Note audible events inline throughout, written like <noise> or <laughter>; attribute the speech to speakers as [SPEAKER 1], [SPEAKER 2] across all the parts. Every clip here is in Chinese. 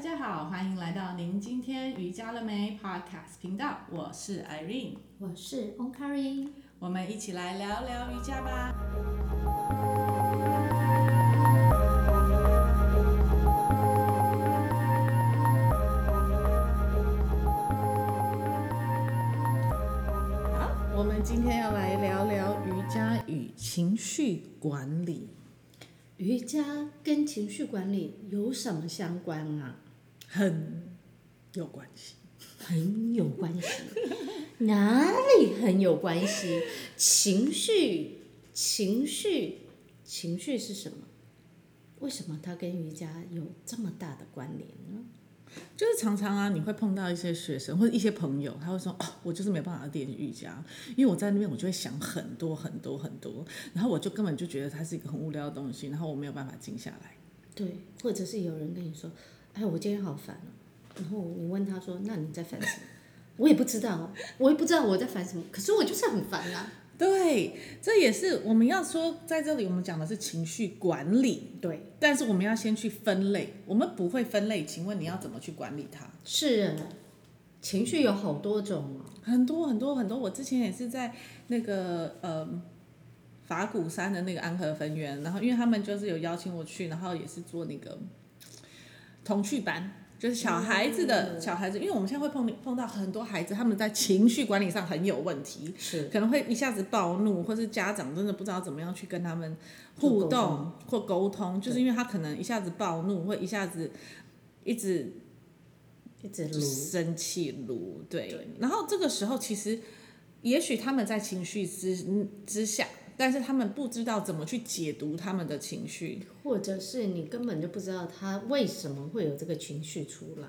[SPEAKER 1] 家好，欢迎来到您今天瑜伽了没 Podcast 频道，我是 Irene，
[SPEAKER 2] 我是 Onkari。
[SPEAKER 1] 我们一起来聊聊瑜伽吧。好，我们今天要来聊聊瑜伽与情绪管理。
[SPEAKER 2] 瑜伽跟情绪管理有什么相关啊？
[SPEAKER 1] 很有关系。
[SPEAKER 2] <laughs> 很有关系， <laughs> 哪里很有关系？情绪，情绪，情绪是什么？为什么它跟瑜伽有这么大的关联呢？
[SPEAKER 1] 就是常常啊，你会碰到一些学生或者一些朋友，他会说：“哦，我就是没办法练瑜伽，因为我在那边我就会想很多很多很多，然后我就根本就觉得它是一个很无聊的东西，然后我没有办法静下来。
[SPEAKER 2] 对，或者是有人跟你说：“哎，我今天好烦哦。”然后你问他说：“那你在烦什么？”我也不知道，哦我也不知道我在烦什么，可是我就是很烦啊。
[SPEAKER 1] 对，这也是我们要说，在这里我们讲的是情绪管理，
[SPEAKER 2] 对，
[SPEAKER 1] 但是我们要先去分类，我们不会分类，请问你要怎么去管理它？
[SPEAKER 2] 是，啊情绪有好多种哦。
[SPEAKER 1] 很多很多很多，我之前也是在那个呃法鼓山的那个安和分院，然后因为他们就是有邀请我去，然后也是做那个童趣班，就是小
[SPEAKER 2] 哦
[SPEAKER 1] 孩子的、小孩子，因为我们现在会碰碰到很多孩子，他们在情绪管理上很有问题，
[SPEAKER 2] 是，
[SPEAKER 1] 可能会一下子暴怒，或是家长真的不知道怎么样去跟他们
[SPEAKER 2] 做
[SPEAKER 1] 互
[SPEAKER 2] 沟
[SPEAKER 1] 动或沟通，就是因为他可能一下子暴怒，或一下子一直
[SPEAKER 2] 一直
[SPEAKER 1] 就
[SPEAKER 2] 撸。
[SPEAKER 1] 生气炉，对。
[SPEAKER 2] 对
[SPEAKER 1] 然后这个时候，其实也许他们在情绪之之下，但是他们不知道怎么去解读他们的情绪。
[SPEAKER 2] 或者是你根本就不知道他为什么会有这个情绪出来。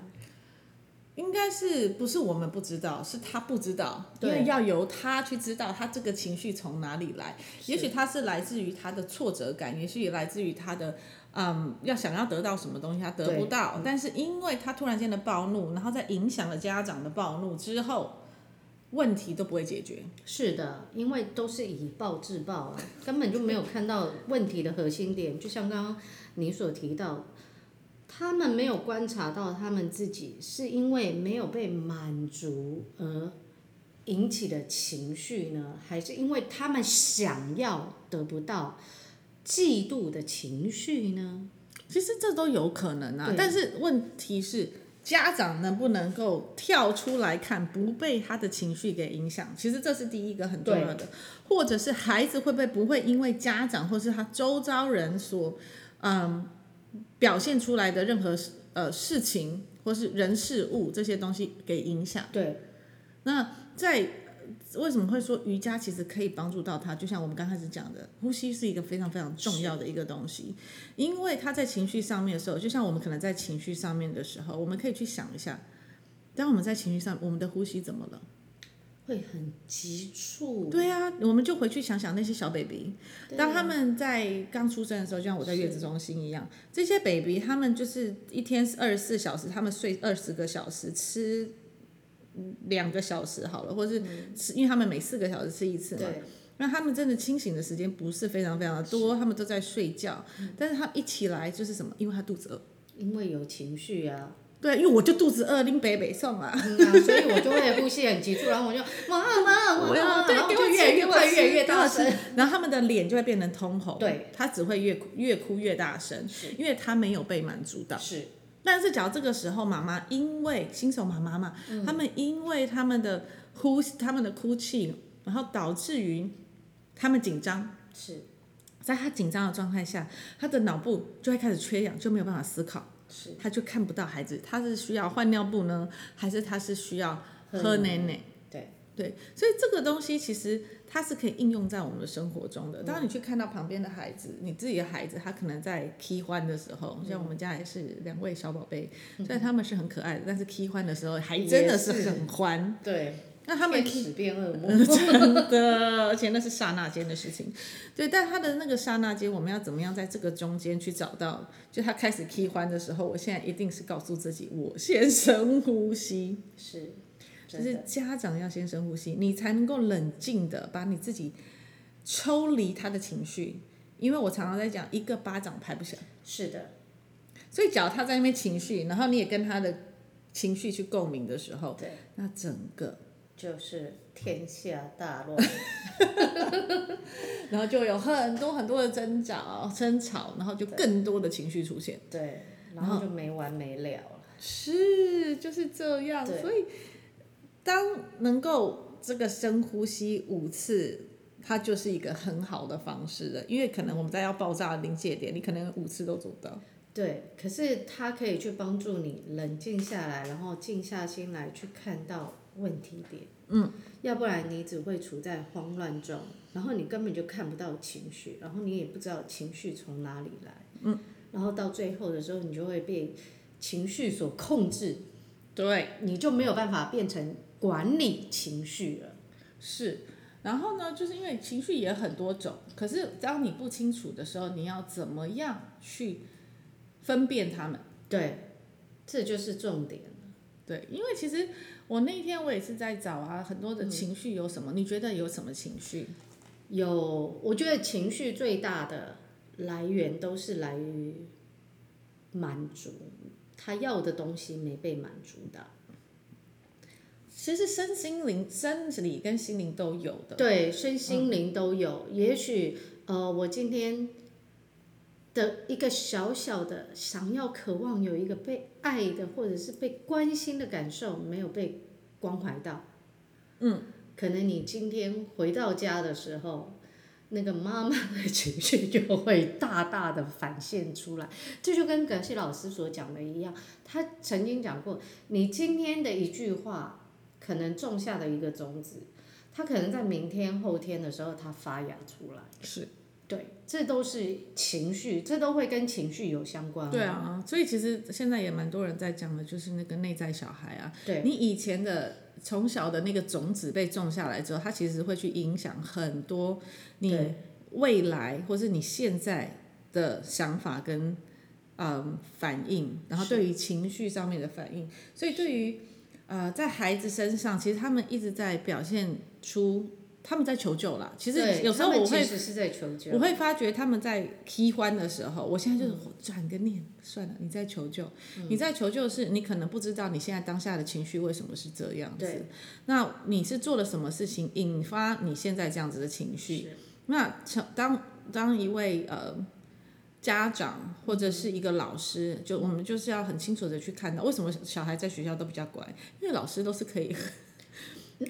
[SPEAKER 1] 应该是不是我们不知道，是他不知道，因
[SPEAKER 2] 对
[SPEAKER 1] 为要由他去知道他这个情绪从哪里来。也许他是来自于他的挫折感，也许也来自于他的嗯，要想要得到什么东西他得不
[SPEAKER 2] 对
[SPEAKER 1] 到，但是因为他突然间的暴怒，然后在影响了家长的暴怒之后，问题都不会解决。
[SPEAKER 2] 是的，因为都是以暴制暴啊，根本就没有看到问题的核心点。就像刚刚你所提到，他们没有观察到他们自己是因为没有被满足而引起的情绪呢，还是因为他们想要得不到嫉妒的情绪呢？
[SPEAKER 1] 其实这都有可能啊
[SPEAKER 2] 对，
[SPEAKER 1] 但是问题是家长能不能够跳出来看，不被他的情绪给影响？其实这是第一个很重要的，或者是孩子会不会不会因为家长或是他周遭人所嗯表现出来的任何事呃事情或是人事物这些东西给影响？
[SPEAKER 2] 对，
[SPEAKER 1] 那在呃为什么会说瑜伽其实可以帮助到他？就像我们刚开始讲的，呼吸是一个非常非常重要的一个东西，因为他在情绪上面的时候，就像我们可能在情绪上面的时候，我们可以去想一下，当我们在情绪上，我们的呼吸怎么了？
[SPEAKER 2] 会很急促。
[SPEAKER 1] 对啊，我们就回去想想那些小 baby，
[SPEAKER 2] 对啊
[SPEAKER 1] 当他们在刚出生的时候，就像我在月子中心一样，这些 baby 他们就是一天是二十四小时，他们睡二十个小时，吃嗯两个小时好了，或是吃，因为他们每四个小时吃一次嘛。
[SPEAKER 2] 嗯对，
[SPEAKER 1] 那他们真的清醒的时间不是非常非常的多，他们都在睡觉，
[SPEAKER 2] 嗯
[SPEAKER 1] 但是他们一起来就是什么？因为他肚子饿。
[SPEAKER 2] 因为有情绪啊，
[SPEAKER 1] 对，因为我就肚子饿，拎北北送啊。
[SPEAKER 2] 嗯啊所以我就会呼吸很急促，然后我就哇哇哇
[SPEAKER 1] 我要
[SPEAKER 2] 哇，
[SPEAKER 1] 嗯对
[SPEAKER 2] 然后
[SPEAKER 1] 给我
[SPEAKER 2] 就
[SPEAKER 1] 吃
[SPEAKER 2] 越来
[SPEAKER 1] 给
[SPEAKER 2] 越
[SPEAKER 1] 我
[SPEAKER 2] 快，
[SPEAKER 1] 吃
[SPEAKER 2] 越来越
[SPEAKER 1] 给我
[SPEAKER 2] 大
[SPEAKER 1] 吃
[SPEAKER 2] 声。
[SPEAKER 1] 然后他们的脸就会变成通红，
[SPEAKER 2] 对，
[SPEAKER 1] 他只会越哭越哭越大声，因为他没有被满足到。
[SPEAKER 2] 是
[SPEAKER 1] 但是，假如这个时候妈妈因为新手妈妈嘛，他们因为他们的呼他们的哭泣，然后导致于他们紧张，
[SPEAKER 2] 是
[SPEAKER 1] 在他紧张的状态下，他的脑部就会开始缺氧，就没有办法思考，
[SPEAKER 2] 是，
[SPEAKER 1] 他就看不到孩子，他是需要换尿布呢，还是他是需要喝奶奶？
[SPEAKER 2] 对
[SPEAKER 1] 对，所以这个东西其实它是可以应用在我们的生活中的。当你去看到旁边的孩子，你自己的孩子，他可能在 K 欢的时候，像我们家也是两位小宝贝，虽然他们是很可爱的，但是 K 欢的时候还真的是
[SPEAKER 2] 也是
[SPEAKER 1] 很欢。
[SPEAKER 2] 对，
[SPEAKER 1] 那他们
[SPEAKER 2] 天
[SPEAKER 1] key-
[SPEAKER 2] 使变
[SPEAKER 1] <laughs>
[SPEAKER 2] 恶魔，
[SPEAKER 1] 真的，而且那是刹那间的事情。对，但他的那个刹那间，我们要怎么样在这个中间去找到？就他开始 K 欢的时候，我现在一定是告诉自己，我先深呼吸。
[SPEAKER 2] 是，
[SPEAKER 1] <laughs> 就
[SPEAKER 2] 真
[SPEAKER 1] 是
[SPEAKER 2] 的
[SPEAKER 1] 家长要先深呼吸，你才能够冷静的把你自己抽离他的情绪。因为我常常在讲，一个巴掌拍不响，
[SPEAKER 2] 是的，
[SPEAKER 1] 所以，脚踏在那边情绪，然后你也跟他的情绪去共鸣的时候，
[SPEAKER 2] 对，
[SPEAKER 1] 那整个，
[SPEAKER 2] 就是天下大乱。
[SPEAKER 1] 然后就有很多很多的争吵、争吵，然后就更多的情绪出现。
[SPEAKER 2] 对，然后就没完没了了。
[SPEAKER 1] 是，就是这样。
[SPEAKER 2] 对
[SPEAKER 1] 所以，当能够这个深呼吸五次，它就是一个很好的方式了。因为可能我们在要爆炸的临界点，你可能五次都做不到。
[SPEAKER 2] 对，可是它可以去帮助你冷静下来，然后静下心来去看到问题点。嗯，要不然你只会处在慌乱中，然后你根本就看不到情绪，然后你也不知道情绪从哪里来。嗯，然后到最后的时候，你就会被情绪所控制，
[SPEAKER 1] 对，
[SPEAKER 2] 你就没有办法变成管理情绪了。
[SPEAKER 1] 是。然后呢，就是因为情绪也很多种，可是当你不清楚的时候，你要怎么样去分辨它们？
[SPEAKER 2] 对，这就是重点。
[SPEAKER 1] 对，因为其实我那天我也是在找啊，很多的情绪有什么？你觉得有什么情绪？
[SPEAKER 2] 有，我觉得情绪最大的来源都是来于满足，他要的东西没被满足到。
[SPEAKER 1] 其实身心灵、生理跟心灵都有的。嗯
[SPEAKER 2] 对，身心灵都有。也许呃，我今天的一个小小的想要、渴望有一个被爱的或者是被关心的感受，没有被关怀到。嗯，可能你今天回到家的时候。那个妈妈的情绪就会大大的反现出来，这就跟格西老师所讲的一样，他曾经讲过，你今天的一句话，可能种下的一个种子，它可能在明天、后天的时候，它发芽出来。
[SPEAKER 1] 是，
[SPEAKER 2] 对，这都是情绪，这都会跟情绪有相关。
[SPEAKER 1] 对，啊，
[SPEAKER 2] 嗯
[SPEAKER 1] 所以其实现在也蛮多人在讲的，就是那个内在小孩啊，
[SPEAKER 2] 对
[SPEAKER 1] 你以前的从小的那个种子被种下来之后，它其实会去影响很多你
[SPEAKER 2] 对
[SPEAKER 1] 未来或是你现在的想法跟嗯反应，然后
[SPEAKER 2] 是
[SPEAKER 1] 对于情绪上面的反应。所以对于呃在孩子身上，其实他们一直在表现出他们在求救啦。其实
[SPEAKER 2] 对
[SPEAKER 1] 有时候
[SPEAKER 2] 他们
[SPEAKER 1] 我会
[SPEAKER 2] 其实是在求救
[SPEAKER 1] 我。会发觉他们在踢欢的时候，我现在就是我转个念，算了，你在求救，你在求救是你可能不知道你现在当下的情绪为什么是这样子
[SPEAKER 2] 对，
[SPEAKER 1] 那你是做了什么事情引发你现在这样子的情绪？
[SPEAKER 2] 是
[SPEAKER 1] 那成当当一位呃家长或者是一个老师，就我们就是要很清楚的去看到为什么小孩在学校都比较乖，因为老师都是可以， <laughs>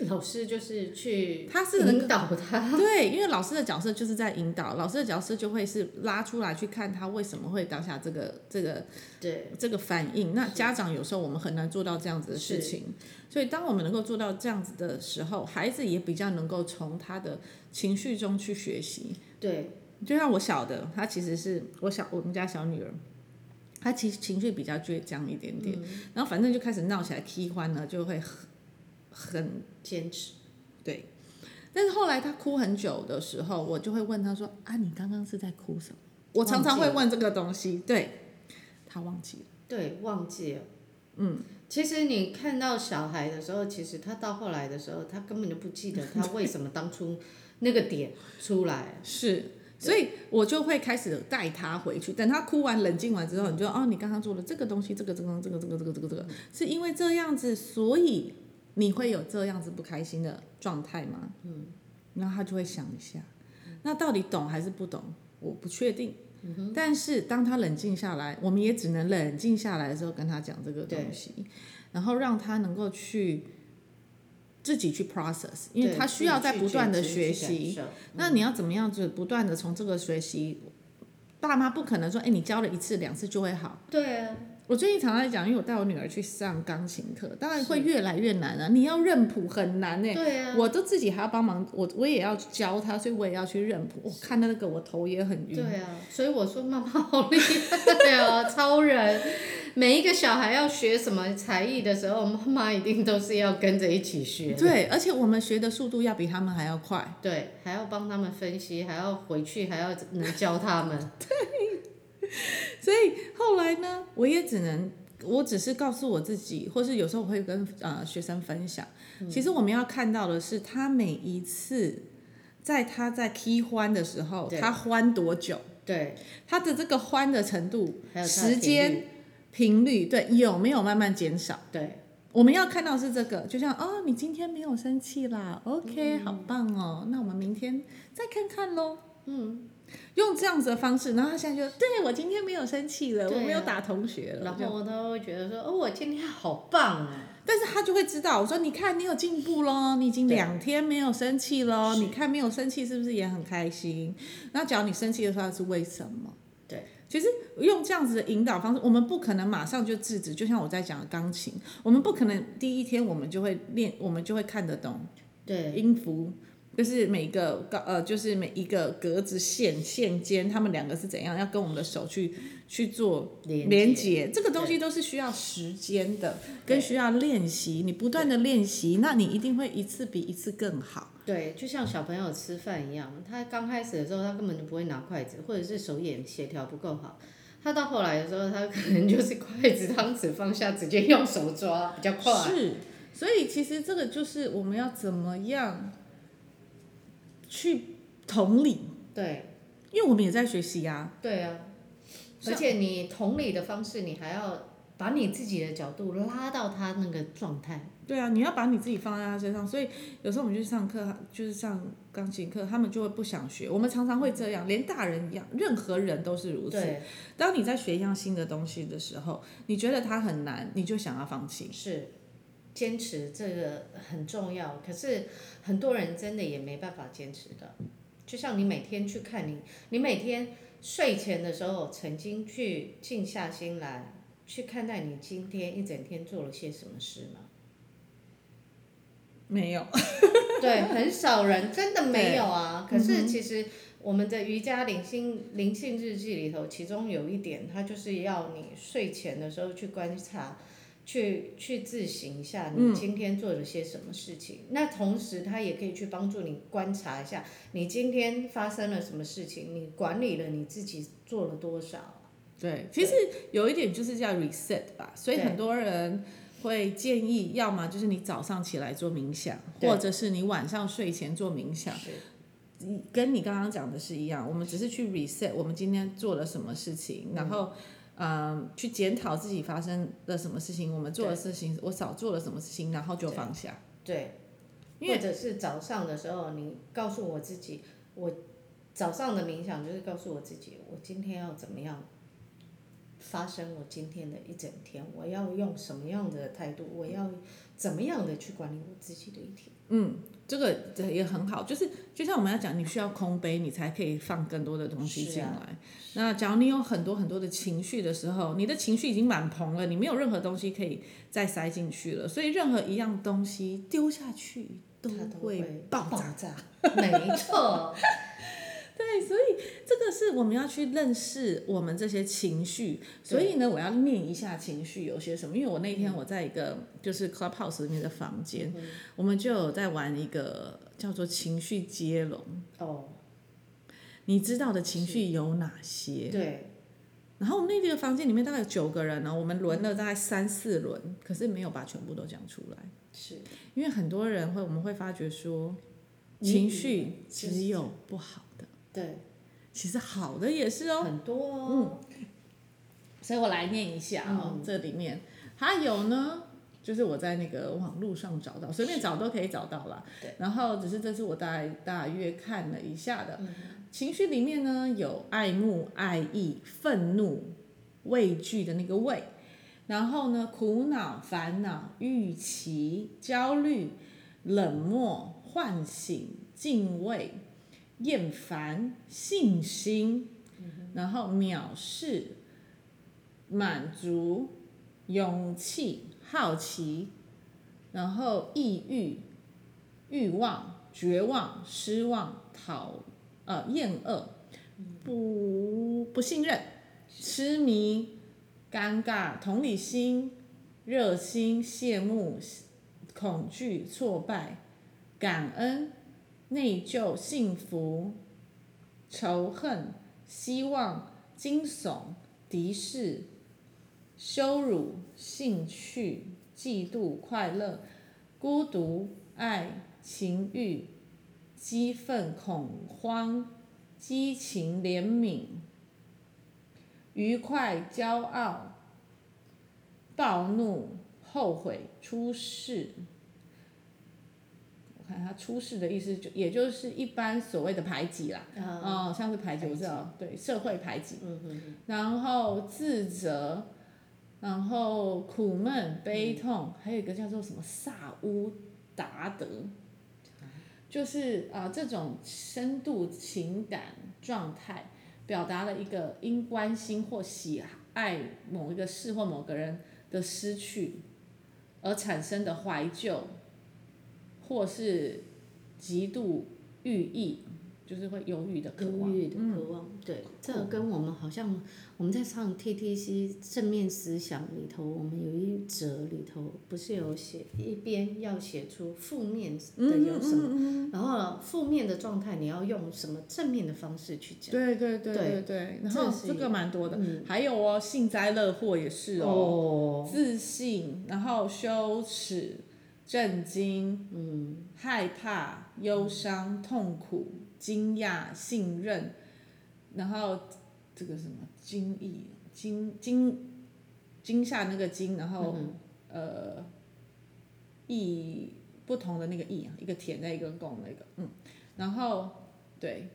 [SPEAKER 2] 老师就是去
[SPEAKER 1] 他是能
[SPEAKER 2] 引导他。
[SPEAKER 1] 对，因为老师的角色就是在引导，老师的角色就会是拉出来去看他为什么会当下这个这个
[SPEAKER 2] 对，
[SPEAKER 1] 这个反应。那家长有时候我们很难做到这样子的事
[SPEAKER 2] 是
[SPEAKER 1] 情，所以当我们能够做到这样子的时候，孩子也比较能够从他的情绪中去学习。
[SPEAKER 2] 对，
[SPEAKER 1] 就像我小的，她其实是我小我们家小女儿，她其实情绪比较倔强一点
[SPEAKER 2] 嗯
[SPEAKER 1] 点，然后反正就开始闹起来，踢欢了就会很很
[SPEAKER 2] 坚持。
[SPEAKER 1] 对，但是后来他哭很久的时候，我就会问他说：“啊，你刚刚是在哭什么？”我常常会问这个东西，对，他忘记了。
[SPEAKER 2] 对，忘记了。嗯，其实你看到小孩的时候，其实他到后来的时候，他根本就不记得他为什么当初那个点出来。
[SPEAKER 1] 是，所以我就会开始带他回去。等他哭完、冷静完之后，你就哦，你刚刚做了这个东西，这个、这个、这个、这个、这个、这个、这个，
[SPEAKER 2] 嗯
[SPEAKER 1] 是因为这样子，所以你会有这样子不开心的状态吗？嗯，然后他就会想一下，
[SPEAKER 2] 嗯
[SPEAKER 1] 那到底懂还是不懂？我不确定。但是当他冷静下来，我们也只能冷静下来的时候跟他讲这个东
[SPEAKER 2] 对
[SPEAKER 1] 西，然后让他能够去自己去 process，因为
[SPEAKER 2] 对
[SPEAKER 1] 他需要在不断的学。习
[SPEAKER 2] 自己去觉。知去感受
[SPEAKER 1] 那你要怎么样子不断的从这个学习？爸妈不可能说，哎、你教了一次两次就会好。
[SPEAKER 2] 对啊，
[SPEAKER 1] 我最近常常在讲，因为我带我女儿去上钢琴课，当然会越来越难啊。你要认谱很难呢、
[SPEAKER 2] 对啊，
[SPEAKER 1] 我都自己还要帮忙，我我也要教她，所以我也要去认谱。我看到那个我头也很晕。
[SPEAKER 2] 对啊，所以我说妈妈 <laughs> 好厉害啊，超人！每一个小孩要学什么才艺的时候，妈妈一定都是要跟着一起学。
[SPEAKER 1] 对，而且我们学的速度要比他们还要快。
[SPEAKER 2] 对，还要帮他们分析，还要回去，还要能教他们。
[SPEAKER 1] <laughs> 所以后来呢，我也只能，我只是告诉我自己，或是有时候我会跟呃学生分享，
[SPEAKER 2] 嗯
[SPEAKER 1] 其实我们要看到的是，他每一次在他在踢欢的时候，
[SPEAKER 2] 对
[SPEAKER 1] 他欢多久，
[SPEAKER 2] 对，
[SPEAKER 1] 他的这个欢的程度、
[SPEAKER 2] 还有他
[SPEAKER 1] 时
[SPEAKER 2] 的频
[SPEAKER 1] 间
[SPEAKER 2] 率，
[SPEAKER 1] 频率对有没有慢慢减少？
[SPEAKER 2] 对，
[SPEAKER 1] 我们要看到是这个，就像哦，你今天没有生气啦，OK，、好棒哦，那我们明天再看看喽。
[SPEAKER 2] 嗯，
[SPEAKER 1] 用这样子的方式，然后他现在就对我今天没有生气了，
[SPEAKER 2] 对啊
[SPEAKER 1] 我没有打同学了，
[SPEAKER 2] 然
[SPEAKER 1] 这样
[SPEAKER 2] 后他会觉得说，哦，我今天好棒啊，
[SPEAKER 1] 但是他就会知道，我说你看你有进步喽，你已经
[SPEAKER 2] 对
[SPEAKER 1] 两天没有生气喽，
[SPEAKER 2] 是
[SPEAKER 1] 你看没有生气是不是也很开心？那只要你生气的时候是为什么？
[SPEAKER 2] 对，
[SPEAKER 1] 其实用这样子的引导方式，我们不可能马上就制止，就像我在讲的钢琴，我们不可能第一天我们就会练，我们就会看得懂
[SPEAKER 2] 对，
[SPEAKER 1] 音符。就是每个高呃，就是每一个格子线线间，它们两个是怎样，要跟我们的手去去做
[SPEAKER 2] 连
[SPEAKER 1] 连
[SPEAKER 2] 接，
[SPEAKER 1] 接这个东西都是需要时间的，跟需要练习。你不断的练习，那你一定会一次比一次更好。
[SPEAKER 2] 对，就像小朋友吃饭一样，他刚开始的时候他根本就不会拿筷子，或者是手眼协调不够好。他到后来的时候，他可能就是筷子、汤匙放下，直接用手抓，比较快。
[SPEAKER 1] 是，所以其实这个就是我们要怎么样去同理，
[SPEAKER 2] 对，
[SPEAKER 1] 因为我们也在学习啊。
[SPEAKER 2] 对啊。而
[SPEAKER 1] 像
[SPEAKER 2] 且你同理的方式，你还要把你自己的角度拉到他那个状态。
[SPEAKER 1] 对啊，你要把你自己放在他身上，所以有时候我们去上课，就是上钢琴课，他们就会不想学。我们常常会这样，连大人一样，任何人都是如此。
[SPEAKER 2] 对，
[SPEAKER 1] 当你在学一样新的东西的时候，你觉得它很难，你就想要放弃。
[SPEAKER 2] 是坚持这个很重要，可是很多人真的也没办法坚持的。就像你每天去看你，你每天睡前的时候，曾经去静下心来去看待你今天一整天做了些什么事吗？
[SPEAKER 1] 没有，
[SPEAKER 2] 对，很少人真的没有啊。可是其实我们的瑜伽灵性灵性日记里头，其中有一点，它就是要你睡前的时候去观察，去去自省一下你今天做了些什么事情。那同时，它也可以去帮助你观察一下你今天发生了什么事情，你管理了你自己做了多少。
[SPEAKER 1] <laughs> 对，其实有一点就是叫 reset 吧，所以
[SPEAKER 2] 对
[SPEAKER 1] 很多人会建议，要么就是你早上起来做冥想，
[SPEAKER 2] 对
[SPEAKER 1] 或者是你晚上睡前做冥想，嗯
[SPEAKER 2] 是
[SPEAKER 1] 跟你刚刚讲的是一样，我们只是去 reset 我们今天做了什么事情，然后。嗯，去检讨自己发生了什么事情，我们做的事情，我少做了什么事情，然后就
[SPEAKER 2] 对
[SPEAKER 1] 放下。
[SPEAKER 2] 对，
[SPEAKER 1] 因为
[SPEAKER 2] 或者是早上的时候，你告诉我自己，我早上的冥想就是告诉我自己，我今天要怎么样发生我今天的一整天，我要用什么样的态度，我要怎么样的去管理我自己的一天。
[SPEAKER 1] 嗯，这个这也很好，就是就像我们要讲，你需要空杯，你才可以放更多的东西进
[SPEAKER 2] 是
[SPEAKER 1] 来。
[SPEAKER 2] 啊
[SPEAKER 1] 那假如你有很多很多的情绪的时候，你的情绪已经满棚了，你没有任何东西可以再塞进去了，所以任何一样东西丢下去都
[SPEAKER 2] 它都
[SPEAKER 1] 会爆炸。
[SPEAKER 2] 炸，
[SPEAKER 1] <laughs>
[SPEAKER 2] 没错，
[SPEAKER 1] 对，所以这个是我们要去认识我们这些情绪。所以呢，我要念一下情绪有些什么，因为我那天我在一个就是 Clubhouse 里面的房间，我们就有在玩一个叫做情绪接龙。
[SPEAKER 2] 哦，
[SPEAKER 1] 你知道的情绪有哪些？
[SPEAKER 2] 对，
[SPEAKER 1] 然后我们那个房间里面大概有九个人呢，哦我们轮了大概三四轮，可是没有把全部都讲出来，
[SPEAKER 2] 是
[SPEAKER 1] 因为很多人会我们会发觉说，
[SPEAKER 2] 你
[SPEAKER 1] 情绪只有不好的，
[SPEAKER 2] 对，
[SPEAKER 1] 其实好的也是哦。
[SPEAKER 2] 很多哦，
[SPEAKER 1] 所以我来念一下
[SPEAKER 2] 嗯
[SPEAKER 1] 哦，这里面还有呢，就是我在那个网络上找到，随便找都可以找到啦。
[SPEAKER 2] 对。
[SPEAKER 1] 然后只是这是我大概大约看了一下的，情绪里面呢有爱慕、爱意、愤怒、畏惧的那个畏，然后呢苦恼、烦恼、预期、焦虑、冷漠、唤醒、敬畏、厌烦、信心，然后藐视、满足、勇气、好奇，然后抑郁、欲望、绝望、失望、讨呃厌恶、不不信任、痴迷、尴尬、同理心、热心、羡慕、恐惧、挫败、感恩、内疚、幸福、仇恨、希望、惊悚、敌视、羞辱、兴趣、嫉妒、快乐、孤独、爱、情欲、激愤、恐慌、激情、怜悯、愉快、骄傲、暴怒、后悔、出事。我看他出事的意思就，也就是一般所谓的排挤啦。哦，像是排挤，我知道，对，社会排挤。然后自责，然后苦闷、悲痛，还有一个叫做什么萨乌达德，就是啊、这种深度情感状态，表达了一个因关心或喜爱某一个事或某个人的失去而产生的怀旧，或是极度寓意，就是会忧郁的渴望。
[SPEAKER 2] 忧郁的渴望，对，这跟我们好像我们在上 TTC 正面思想里头，我们有一则里头不是有写一边要写出负面的有什
[SPEAKER 1] 嗯
[SPEAKER 2] 么，然后负面的状态你要用什么正面的方式去讲，
[SPEAKER 1] 对对对
[SPEAKER 2] 对
[SPEAKER 1] 对对，然
[SPEAKER 2] 这
[SPEAKER 1] 后
[SPEAKER 2] 是嗯
[SPEAKER 1] 这个蛮多的，还有哦，幸灾乐祸也是哦，
[SPEAKER 2] 哦，
[SPEAKER 1] 自信，然后羞耻、震惊、嗯，害怕、忧伤、痛苦、惊讶、信任，然后这个什么惊异、惊惊惊吓那个惊，然
[SPEAKER 2] 嗯
[SPEAKER 1] 后、呃意不同的那个意啊，一个田在一个拱那个，嗯，然后对，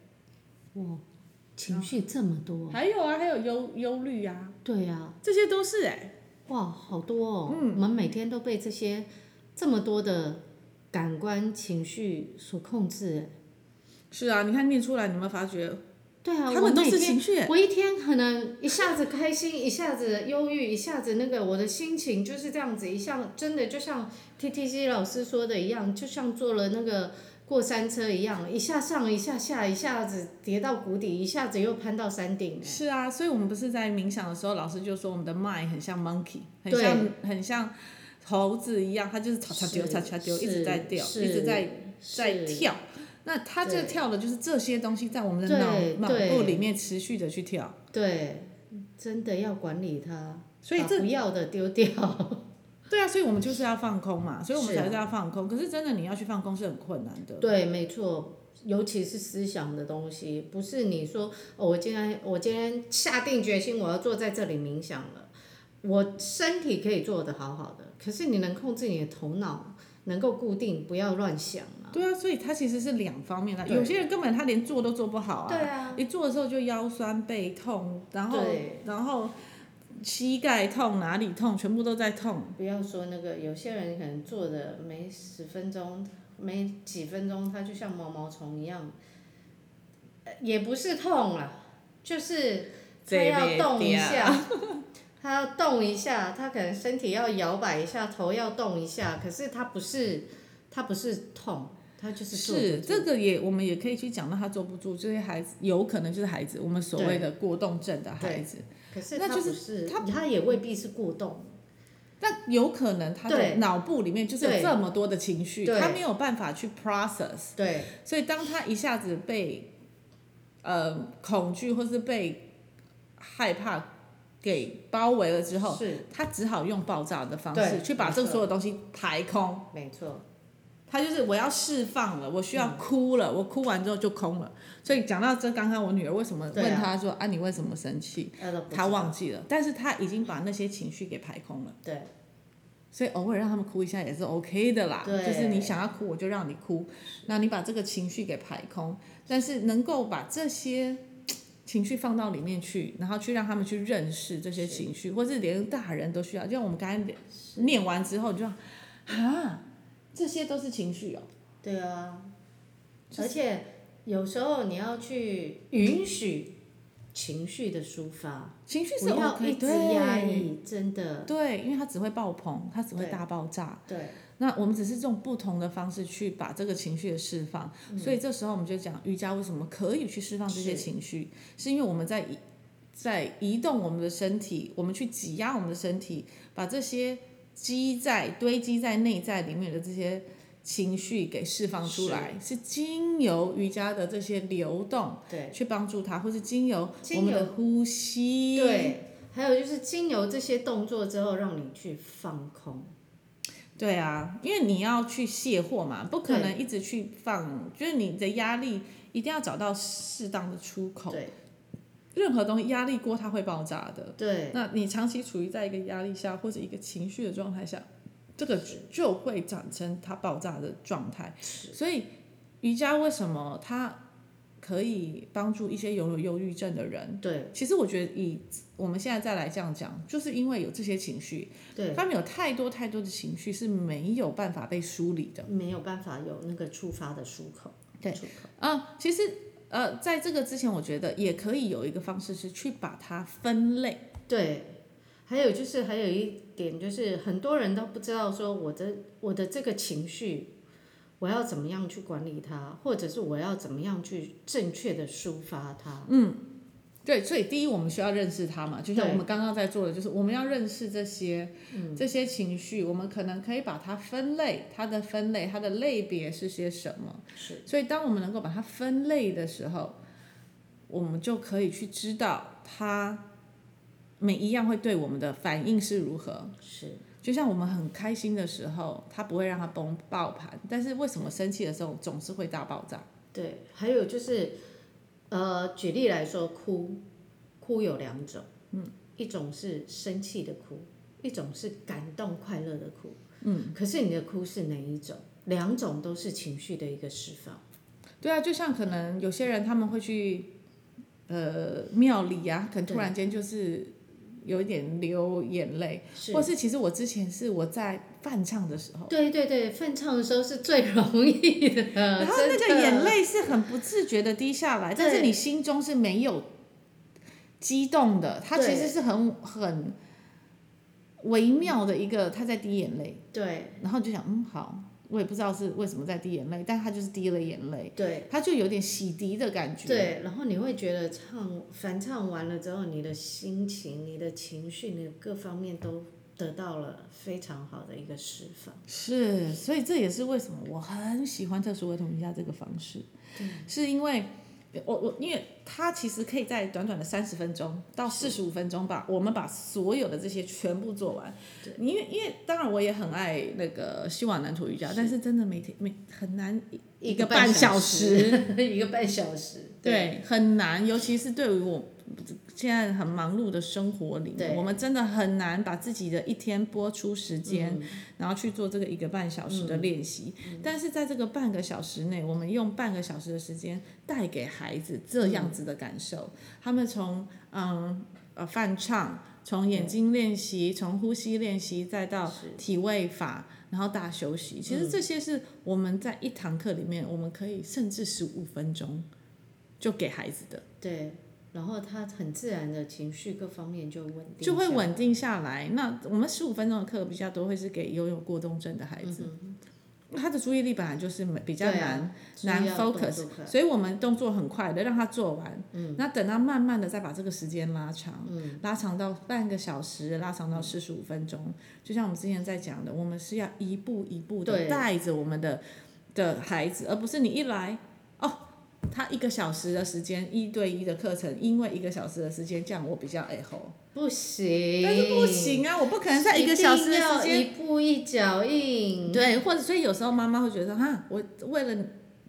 [SPEAKER 2] 情绪这么多，
[SPEAKER 1] 还有啊，还有忧忧虑啊。
[SPEAKER 2] 对啊，
[SPEAKER 1] 这些都是哎、
[SPEAKER 2] 哇，好多哦，
[SPEAKER 1] 嗯
[SPEAKER 2] 我们每天都被这些这么多的感官情绪所控制，
[SPEAKER 1] 是啊，你看念出来，你有没有发觉？
[SPEAKER 2] 对啊，
[SPEAKER 1] 他
[SPEAKER 2] 我
[SPEAKER 1] 们都
[SPEAKER 2] 每
[SPEAKER 1] 是
[SPEAKER 2] 天
[SPEAKER 1] 情绪、
[SPEAKER 2] 我一天可能一下子开心，一下子忧郁，一下子那个我的心情就是这样子，一像真的就像 T T C 老师说的一样，就像坐了那个过山车一样，一下上一下下，一下子跌到谷底，一下子又攀到山顶。
[SPEAKER 1] 是啊，所以我们不是在冥想的时候，老师就说我们的 mind 很像 monkey，很
[SPEAKER 2] 对
[SPEAKER 1] 像很像猴子一样，它就是擦擦丢
[SPEAKER 2] 是
[SPEAKER 1] 擦擦丢，
[SPEAKER 2] 是
[SPEAKER 1] 一直在掉，
[SPEAKER 2] 是
[SPEAKER 1] 一直在在
[SPEAKER 2] 是
[SPEAKER 1] 跳。那它这
[SPEAKER 2] 对
[SPEAKER 1] 跳的就是这些东西在我们的脑
[SPEAKER 2] 对
[SPEAKER 1] 脑
[SPEAKER 2] 对
[SPEAKER 1] 部里面持续的去跳，
[SPEAKER 2] 对，真的要管理它，
[SPEAKER 1] 所以
[SPEAKER 2] 把
[SPEAKER 1] 这
[SPEAKER 2] 不要的丢掉。
[SPEAKER 1] 对啊，所以我们就是要放空嘛，所以我们
[SPEAKER 2] 是啊
[SPEAKER 1] 才是要放空。可是真的你要去放空是很困难的，
[SPEAKER 2] 对，没错，尤其是思想的东西，不是你说、哦、我今天我今天下定决心我要坐在这里冥想了，我身体可以做得好好的，可是你能控制你的头脑，能够固定，不要乱想啊。
[SPEAKER 1] 对啊，所以它其实是两方面的。
[SPEAKER 2] 对
[SPEAKER 1] 有些人根本他连做都做不好啊，
[SPEAKER 2] 啊，
[SPEAKER 1] 一做的时候就腰酸背痛，然后
[SPEAKER 2] 对
[SPEAKER 1] 然后膝盖痛，哪里痛，全部都在痛。
[SPEAKER 2] 不要说那个，有些人可能坐的没十分钟，没几分钟，他就像毛毛虫一样，呃也不是痛啦，就是他要动一
[SPEAKER 1] 啊
[SPEAKER 2] 下， <laughs> 他要动一下，他可能身体要摇摆一下，头要动一下，可是他不是，他不是痛，他就是坐不
[SPEAKER 1] 是
[SPEAKER 2] 住
[SPEAKER 1] 这个也，我们也可以去讲到他坐不住，这些孩子有可能就是孩子，我们所谓的过动症的孩子，
[SPEAKER 2] 可是
[SPEAKER 1] 那
[SPEAKER 2] 他
[SPEAKER 1] 就
[SPEAKER 2] 不
[SPEAKER 1] 是
[SPEAKER 2] 是，
[SPEAKER 1] 他
[SPEAKER 2] 他也未必是过动，
[SPEAKER 1] 但有可能他的
[SPEAKER 2] 对
[SPEAKER 1] 脑部里面就是有
[SPEAKER 2] 对
[SPEAKER 1] 这么多的情绪，
[SPEAKER 2] 对
[SPEAKER 1] 他没有办法去 process，
[SPEAKER 2] 对
[SPEAKER 1] 所以当他一下子被呃恐惧或是被害怕给包围了之后，
[SPEAKER 2] 是
[SPEAKER 1] 他只好用爆炸的方式
[SPEAKER 2] 对
[SPEAKER 1] 去把
[SPEAKER 2] 没
[SPEAKER 1] 这
[SPEAKER 2] 错
[SPEAKER 1] 所有东西排空。
[SPEAKER 2] 没错，
[SPEAKER 1] 他就是我要释放了，我需要哭
[SPEAKER 2] 嗯
[SPEAKER 1] 了，我哭完之后就空了。所以讲到这，刚刚我女儿为什么
[SPEAKER 2] 对啊
[SPEAKER 1] 问她说啊你为什么生气？
[SPEAKER 2] 他都不
[SPEAKER 1] 她忘记了，但是她已经把那些情绪给排空了。
[SPEAKER 2] 对
[SPEAKER 1] 所以偶尔让他们哭一下也是 OK 的啦，
[SPEAKER 2] 对
[SPEAKER 1] 就是你想要哭我就让你哭，那你把这个情绪给排空，但是能够把这些情绪放到里面去，然后去让他们去认识这些情绪，或是连大人都需要。就像我们刚才念完之后，你就说啊，这些都是情绪哦，
[SPEAKER 2] 对啊，而且有时候你要去允许情绪的抒发，
[SPEAKER 1] 情绪
[SPEAKER 2] 不
[SPEAKER 1] 是
[SPEAKER 2] 要
[SPEAKER 1] OK，
[SPEAKER 2] 一直压
[SPEAKER 1] 对，
[SPEAKER 2] 抑，真的，
[SPEAKER 1] 对，因为它只会爆棚，它只会
[SPEAKER 2] 对
[SPEAKER 1] 大爆炸。
[SPEAKER 2] 对
[SPEAKER 1] 那我们只是用不同的方式去把这个情绪的释放，
[SPEAKER 2] 嗯
[SPEAKER 1] 所以这时候我们就讲瑜伽为什么可以去释放这些情绪，是因为我们在移在移动我们的身体，我们去挤压我们的身体，把这些积在堆积在内在里面的这些情绪给释放出来，是经由瑜伽的这些流动
[SPEAKER 2] 对
[SPEAKER 1] 去帮助它，或是经由我
[SPEAKER 2] 经
[SPEAKER 1] 们
[SPEAKER 2] 由
[SPEAKER 1] 的呼吸，
[SPEAKER 2] 对。还有就是经由这些动作之后，让你去放空，
[SPEAKER 1] 对啊，因为你要去卸货嘛，不可能一直去放，就是你的压力一定要找到适当的出口。
[SPEAKER 2] 对，
[SPEAKER 1] 任何东西压力锅它会爆炸的。
[SPEAKER 2] 对，
[SPEAKER 1] 那你长期处于在一个压力下或者一个情绪的状态下，这个就会产生它爆炸的状态。所以瑜伽为什么它可以帮助一些有忧郁症的人？
[SPEAKER 2] 对，
[SPEAKER 1] 其实我觉得以我们现在再来这样讲，就是因为有这些情绪，
[SPEAKER 2] 对，
[SPEAKER 1] 他们有太多太多的情绪是没有办法被梳理的。
[SPEAKER 2] 没有办法有那个触发的出口，
[SPEAKER 1] 对
[SPEAKER 2] 出口，
[SPEAKER 1] 啊、其实呃，在这个之前，我觉得也可以有一个方式是去把它分类。
[SPEAKER 2] 对。还有就是，还有一点就是，很多人都不知道说我的我的这个情绪，我要怎么样去管理它，或者是我要怎么样去正确的抒发它。
[SPEAKER 1] 对，所以第一，我们需要认识它嘛，就像
[SPEAKER 2] 对
[SPEAKER 1] 我们刚刚在做的，就是我们要认识这些、这些情绪，我们可能可以把它分类，它的分类，它的类别是些什么。
[SPEAKER 2] 是，
[SPEAKER 1] 所以，当我们能够把它分类的时候，我们就可以去知道它每一样会对我们的反应是如何。
[SPEAKER 2] 是，
[SPEAKER 1] 就像我们很开心的时候，它不会让它崩爆盘，但是为什么生气的时候总是会大爆炸？
[SPEAKER 2] 对。还有就是，呃，举例来说，哭，哭有两种，嗯，一种是生气的哭，一种是感动快乐的哭，嗯。可是你的哭是哪一种？两种都是情绪的一个释放，
[SPEAKER 1] 对啊，就像可能有些人他们会去呃庙里啊，可能突然间就是有一点流眼泪，
[SPEAKER 2] 是
[SPEAKER 1] 或。是其实我之前是我在饭唱的时候，
[SPEAKER 2] 对对对，翻唱的时候是最容易 <laughs> 的，
[SPEAKER 1] 然后那
[SPEAKER 2] 呃真
[SPEAKER 1] 个
[SPEAKER 2] 的
[SPEAKER 1] 眼泪是很不自觉的滴下来，但是
[SPEAKER 2] 对
[SPEAKER 1] 你心中是没有激动的，它其
[SPEAKER 2] 对
[SPEAKER 1] 实是很很微妙的一个，它在滴眼泪。
[SPEAKER 2] 对
[SPEAKER 1] 然后就想，嗯，好，我也不知道是为什么在滴眼泪，但他就是滴了眼泪，
[SPEAKER 2] 对
[SPEAKER 1] 他就有点洗涤的感觉。，
[SPEAKER 2] 对，然后你会觉得唱翻唱完了之后，你的心情、你的情绪、你的各方面都得到了非常好的一个释放。
[SPEAKER 1] 是，所以这也是为什么我很喜欢特殊儿童瑜伽这个方式，是因为。我我因为他其实可以在短短的三十分钟到四十五分钟吧，我们把所有的这些全部做完。
[SPEAKER 2] 对，
[SPEAKER 1] 因为因为当然我也很爱那个西瓦南土瑜伽，但是真的每天每很难一个半小时，
[SPEAKER 2] <laughs> 一个半小时，
[SPEAKER 1] 对，很难，尤其是对于我现在很忙碌的生活里面，
[SPEAKER 2] 对
[SPEAKER 1] 我们真的很难把自己的一天播出时间，然后去做这个一个半小时的练习。但是在这个半个小时内，我们用半个小时的时间带给孩子这样子的感受，他们从嗯呃泛唱，从眼睛练习，从呼吸练习，再到体位法。然后大休息，其
[SPEAKER 2] 嗯
[SPEAKER 1] 实这些是我们在一堂课里面，我们可以甚至十五分钟就给孩子的。
[SPEAKER 2] 对，然后他很自然的情绪各方面就稳定，
[SPEAKER 1] 就会。稳定下来。
[SPEAKER 2] 嗯
[SPEAKER 1] 那我们十五分钟的课比较多，会是给拥有过动症的孩子，他的注意力本来就是没比较
[SPEAKER 2] 嗯对啊
[SPEAKER 1] 难，
[SPEAKER 2] 所以
[SPEAKER 1] 难
[SPEAKER 2] 要动作
[SPEAKER 1] focus，
[SPEAKER 2] 快
[SPEAKER 1] 所以我们动作很快的让他做完，
[SPEAKER 2] 嗯
[SPEAKER 1] 那等他慢慢的再把这个时间拉长，拉长到半个小时，拉长
[SPEAKER 2] 嗯
[SPEAKER 1] 到四十五分钟。就像我们之前在讲的，我们是要一步一步的
[SPEAKER 2] 对
[SPEAKER 1] 带着我们的的孩子，而不是你一来哦。他一个小时的时间一对一的课程，因为一个小时的时间，这样我比较爱吼。
[SPEAKER 2] 不行，
[SPEAKER 1] 但是不，行啊，我不可能在一个小时的时间。
[SPEAKER 2] 一步一脚印，
[SPEAKER 1] 对，或者所以有时候妈妈会觉得哈，我为了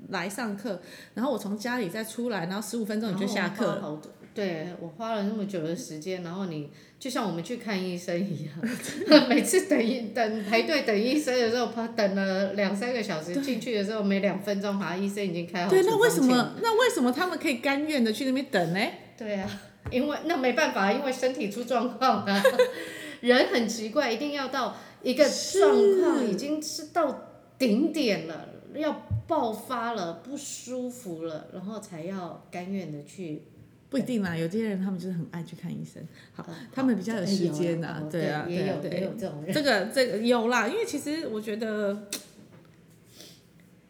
[SPEAKER 1] 来上课，然后我从家里再出来，然后十五分钟你就下课
[SPEAKER 2] 然
[SPEAKER 1] 了。
[SPEAKER 2] 后我花好多。对我花了那么久的时间，然后你就像我们去看医生
[SPEAKER 1] <laughs>
[SPEAKER 2] 一样，每次等一等排队等医生的时候，怕等了两三个小时，进去的时候没两分钟，好像医生已经哦开好
[SPEAKER 1] 对，
[SPEAKER 2] 处
[SPEAKER 1] 那
[SPEAKER 2] 方
[SPEAKER 1] 为什
[SPEAKER 2] 笺了？
[SPEAKER 1] 么那为什么他们可以甘愿的去那边等呢？
[SPEAKER 2] 对啊，因为那没办法，因为身体出状况啊。 <laughs> 人很奇怪，一定要到一个状况已经是到顶点了，要爆发了，不舒服了，然后才要甘愿的去
[SPEAKER 1] 不一定啦，有些人他们就是很爱去看医生。好
[SPEAKER 2] 呃，
[SPEAKER 1] 他们比较有时间
[SPEAKER 2] 哎
[SPEAKER 1] 呐
[SPEAKER 2] 有，啦
[SPEAKER 1] 对啊，
[SPEAKER 2] 也
[SPEAKER 1] 对啊
[SPEAKER 2] 有，也
[SPEAKER 1] 对
[SPEAKER 2] 有
[SPEAKER 1] 啊。
[SPEAKER 2] 这种人，
[SPEAKER 1] 这个这个有啦，因为其实我觉得，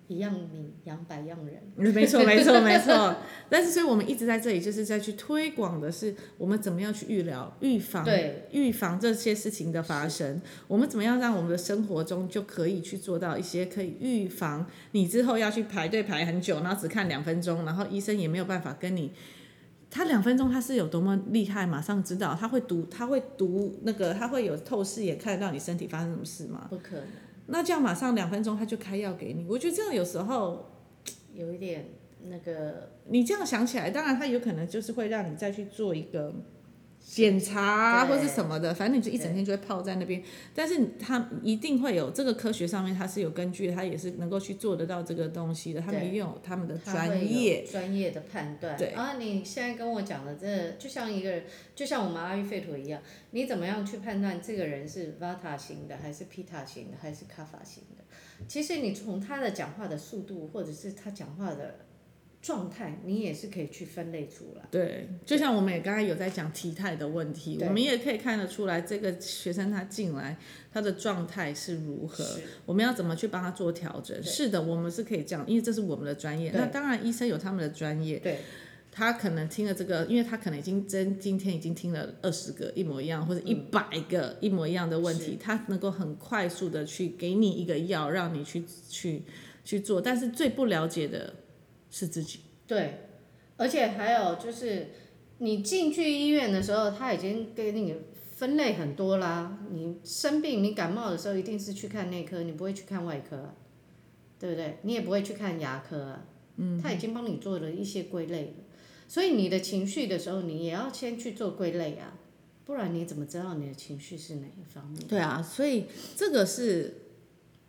[SPEAKER 2] 一样米养百样人，
[SPEAKER 1] <laughs> 没错没错没错。但是所以我们一直在这里，就是在去推广的是我们怎么样去预疗、预防
[SPEAKER 2] 对
[SPEAKER 1] 预防这些事情的发生，我们怎么样让我们的生活中就可以去做到一些可以预防你之后要去排队排很久，然后只看两分钟，然后医生也没有办法跟你。他两分钟他是有多么厉害，马上知道他会读，他会读那个，他会有透视眼看得到你身体发生什么事吗？
[SPEAKER 2] 不可能，
[SPEAKER 1] 那这样马上两分钟他就开药给你，我觉得这样有时候
[SPEAKER 2] 有一点那个
[SPEAKER 1] 你这样想起来，当然它有可能就是会让你再去做一个检查啊
[SPEAKER 2] 对
[SPEAKER 1] 或是什么的，反正你就一整天就会泡在那边。但是它一定会有这个科学上面它是有根据，它也是能够去做得到这个东西的，他们
[SPEAKER 2] 对
[SPEAKER 1] 也有他们的
[SPEAKER 2] 他
[SPEAKER 1] 专
[SPEAKER 2] 会
[SPEAKER 1] 业。
[SPEAKER 2] 有专业的判断。
[SPEAKER 1] 对
[SPEAKER 2] 啊，你现在跟我讲的这就像一个人，就像我们阿育吠陀一样，你怎么样去判断这个人是 Vata 型的，还是 Pitta 型的，还是 Kapha 型的？其实你从他的讲话的速度，或者是他讲话的状态，你也是可以去分类出来。
[SPEAKER 1] 对，就像我们也刚才有在讲体态的问题，
[SPEAKER 2] 对
[SPEAKER 1] 我们也可以看得出来，这个学生他进来他的状态是如何，
[SPEAKER 2] 是
[SPEAKER 1] 我们要怎么去帮他做调整？
[SPEAKER 2] 对
[SPEAKER 1] 是的，我们是可以这样，因为这是我们的专业。
[SPEAKER 2] 对
[SPEAKER 1] 那当然，医生有他们的专业，
[SPEAKER 2] 对
[SPEAKER 1] 他可能听了这个，因为他可能已经真今天已经听了二十个一模一样或者一百个一模一样的问题，他能够很快速的去给你一个药，让你去去去做。但是最不了解的是自己，
[SPEAKER 2] 对，而且还有就是，你进去医院的时候，他已经给你分类很多啦。你生病，你感冒的时候，一定是去看内科，你不会去看外科啊、对不对？你也不会去看牙科啊。嗯，他已经帮你做了一些归类了，所以你的情绪的时候，你也要先去做归类啊，不然你怎么知道你的情绪是哪一方面？
[SPEAKER 1] 对啊，所以这个是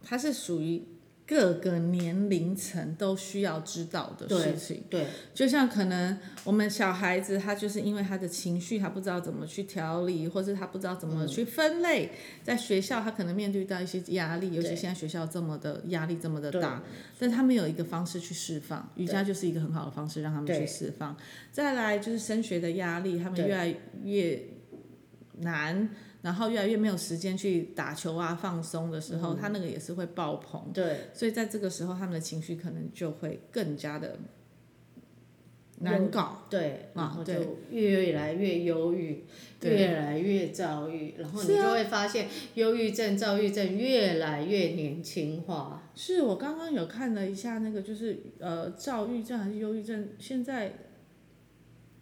[SPEAKER 1] 它是属于各个年龄层都需要知道的事情。
[SPEAKER 2] 对
[SPEAKER 1] 就像可能我们小孩子，他就是因为他的情绪，他不知道怎么去调理，或是他不知道怎
[SPEAKER 2] 嗯
[SPEAKER 1] 么去分类。在学校，他可能面对到一些压力，尤其
[SPEAKER 2] 对
[SPEAKER 1] 现在学校这么的压力这么的
[SPEAKER 2] 对
[SPEAKER 1] 大，但他们有一个方式去释放，瑜伽就是一个很好的方式让他们去
[SPEAKER 2] 对
[SPEAKER 1] 释放。再来就是升学的压力，他们
[SPEAKER 2] 对
[SPEAKER 1] 越来越难，然后越来越没有时间去打球啊、放松的时
[SPEAKER 2] 嗯
[SPEAKER 1] 候，他那个也是会爆棚。
[SPEAKER 2] 对，
[SPEAKER 1] 所以在这个时候，他们的情绪可能就会更加的
[SPEAKER 2] 有
[SPEAKER 1] 难搞。
[SPEAKER 2] 对，
[SPEAKER 1] 啊
[SPEAKER 2] 然后就
[SPEAKER 1] 对
[SPEAKER 2] 越来越忧郁，
[SPEAKER 1] 对
[SPEAKER 2] 越来越躁郁，然后你
[SPEAKER 1] 是啊
[SPEAKER 2] 就会发现忧郁症、躁郁症越来越年轻化。
[SPEAKER 1] 是我刚刚有看了一下那个，就是呃，躁郁症还是忧郁症，现在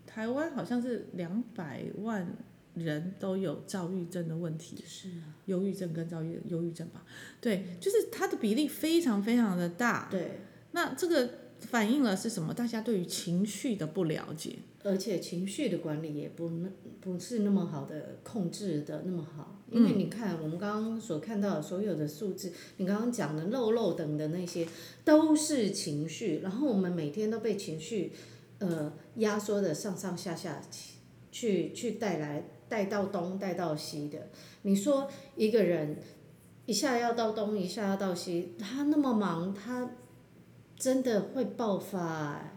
[SPEAKER 1] 台湾好像是两百万人都有躁郁症的问题，
[SPEAKER 2] 是啊，
[SPEAKER 1] 忧郁症跟躁郁忧郁症吧，对，就是它的比例非常非常的大。
[SPEAKER 2] 对，
[SPEAKER 1] 那这个反映了是什么？大家对于情绪的不了解。
[SPEAKER 2] 而且情绪的管理也不那不是那么好的控制的那么好，因为你看我们刚刚所看到的所有的数字，你刚刚讲的肉肉等的那些都是情绪，然后我们每天都被情绪呃压缩的上上下下去去带来带到东带到西的，你说一个人一下要到东一下要到西，他那么忙，他真的会爆发、哎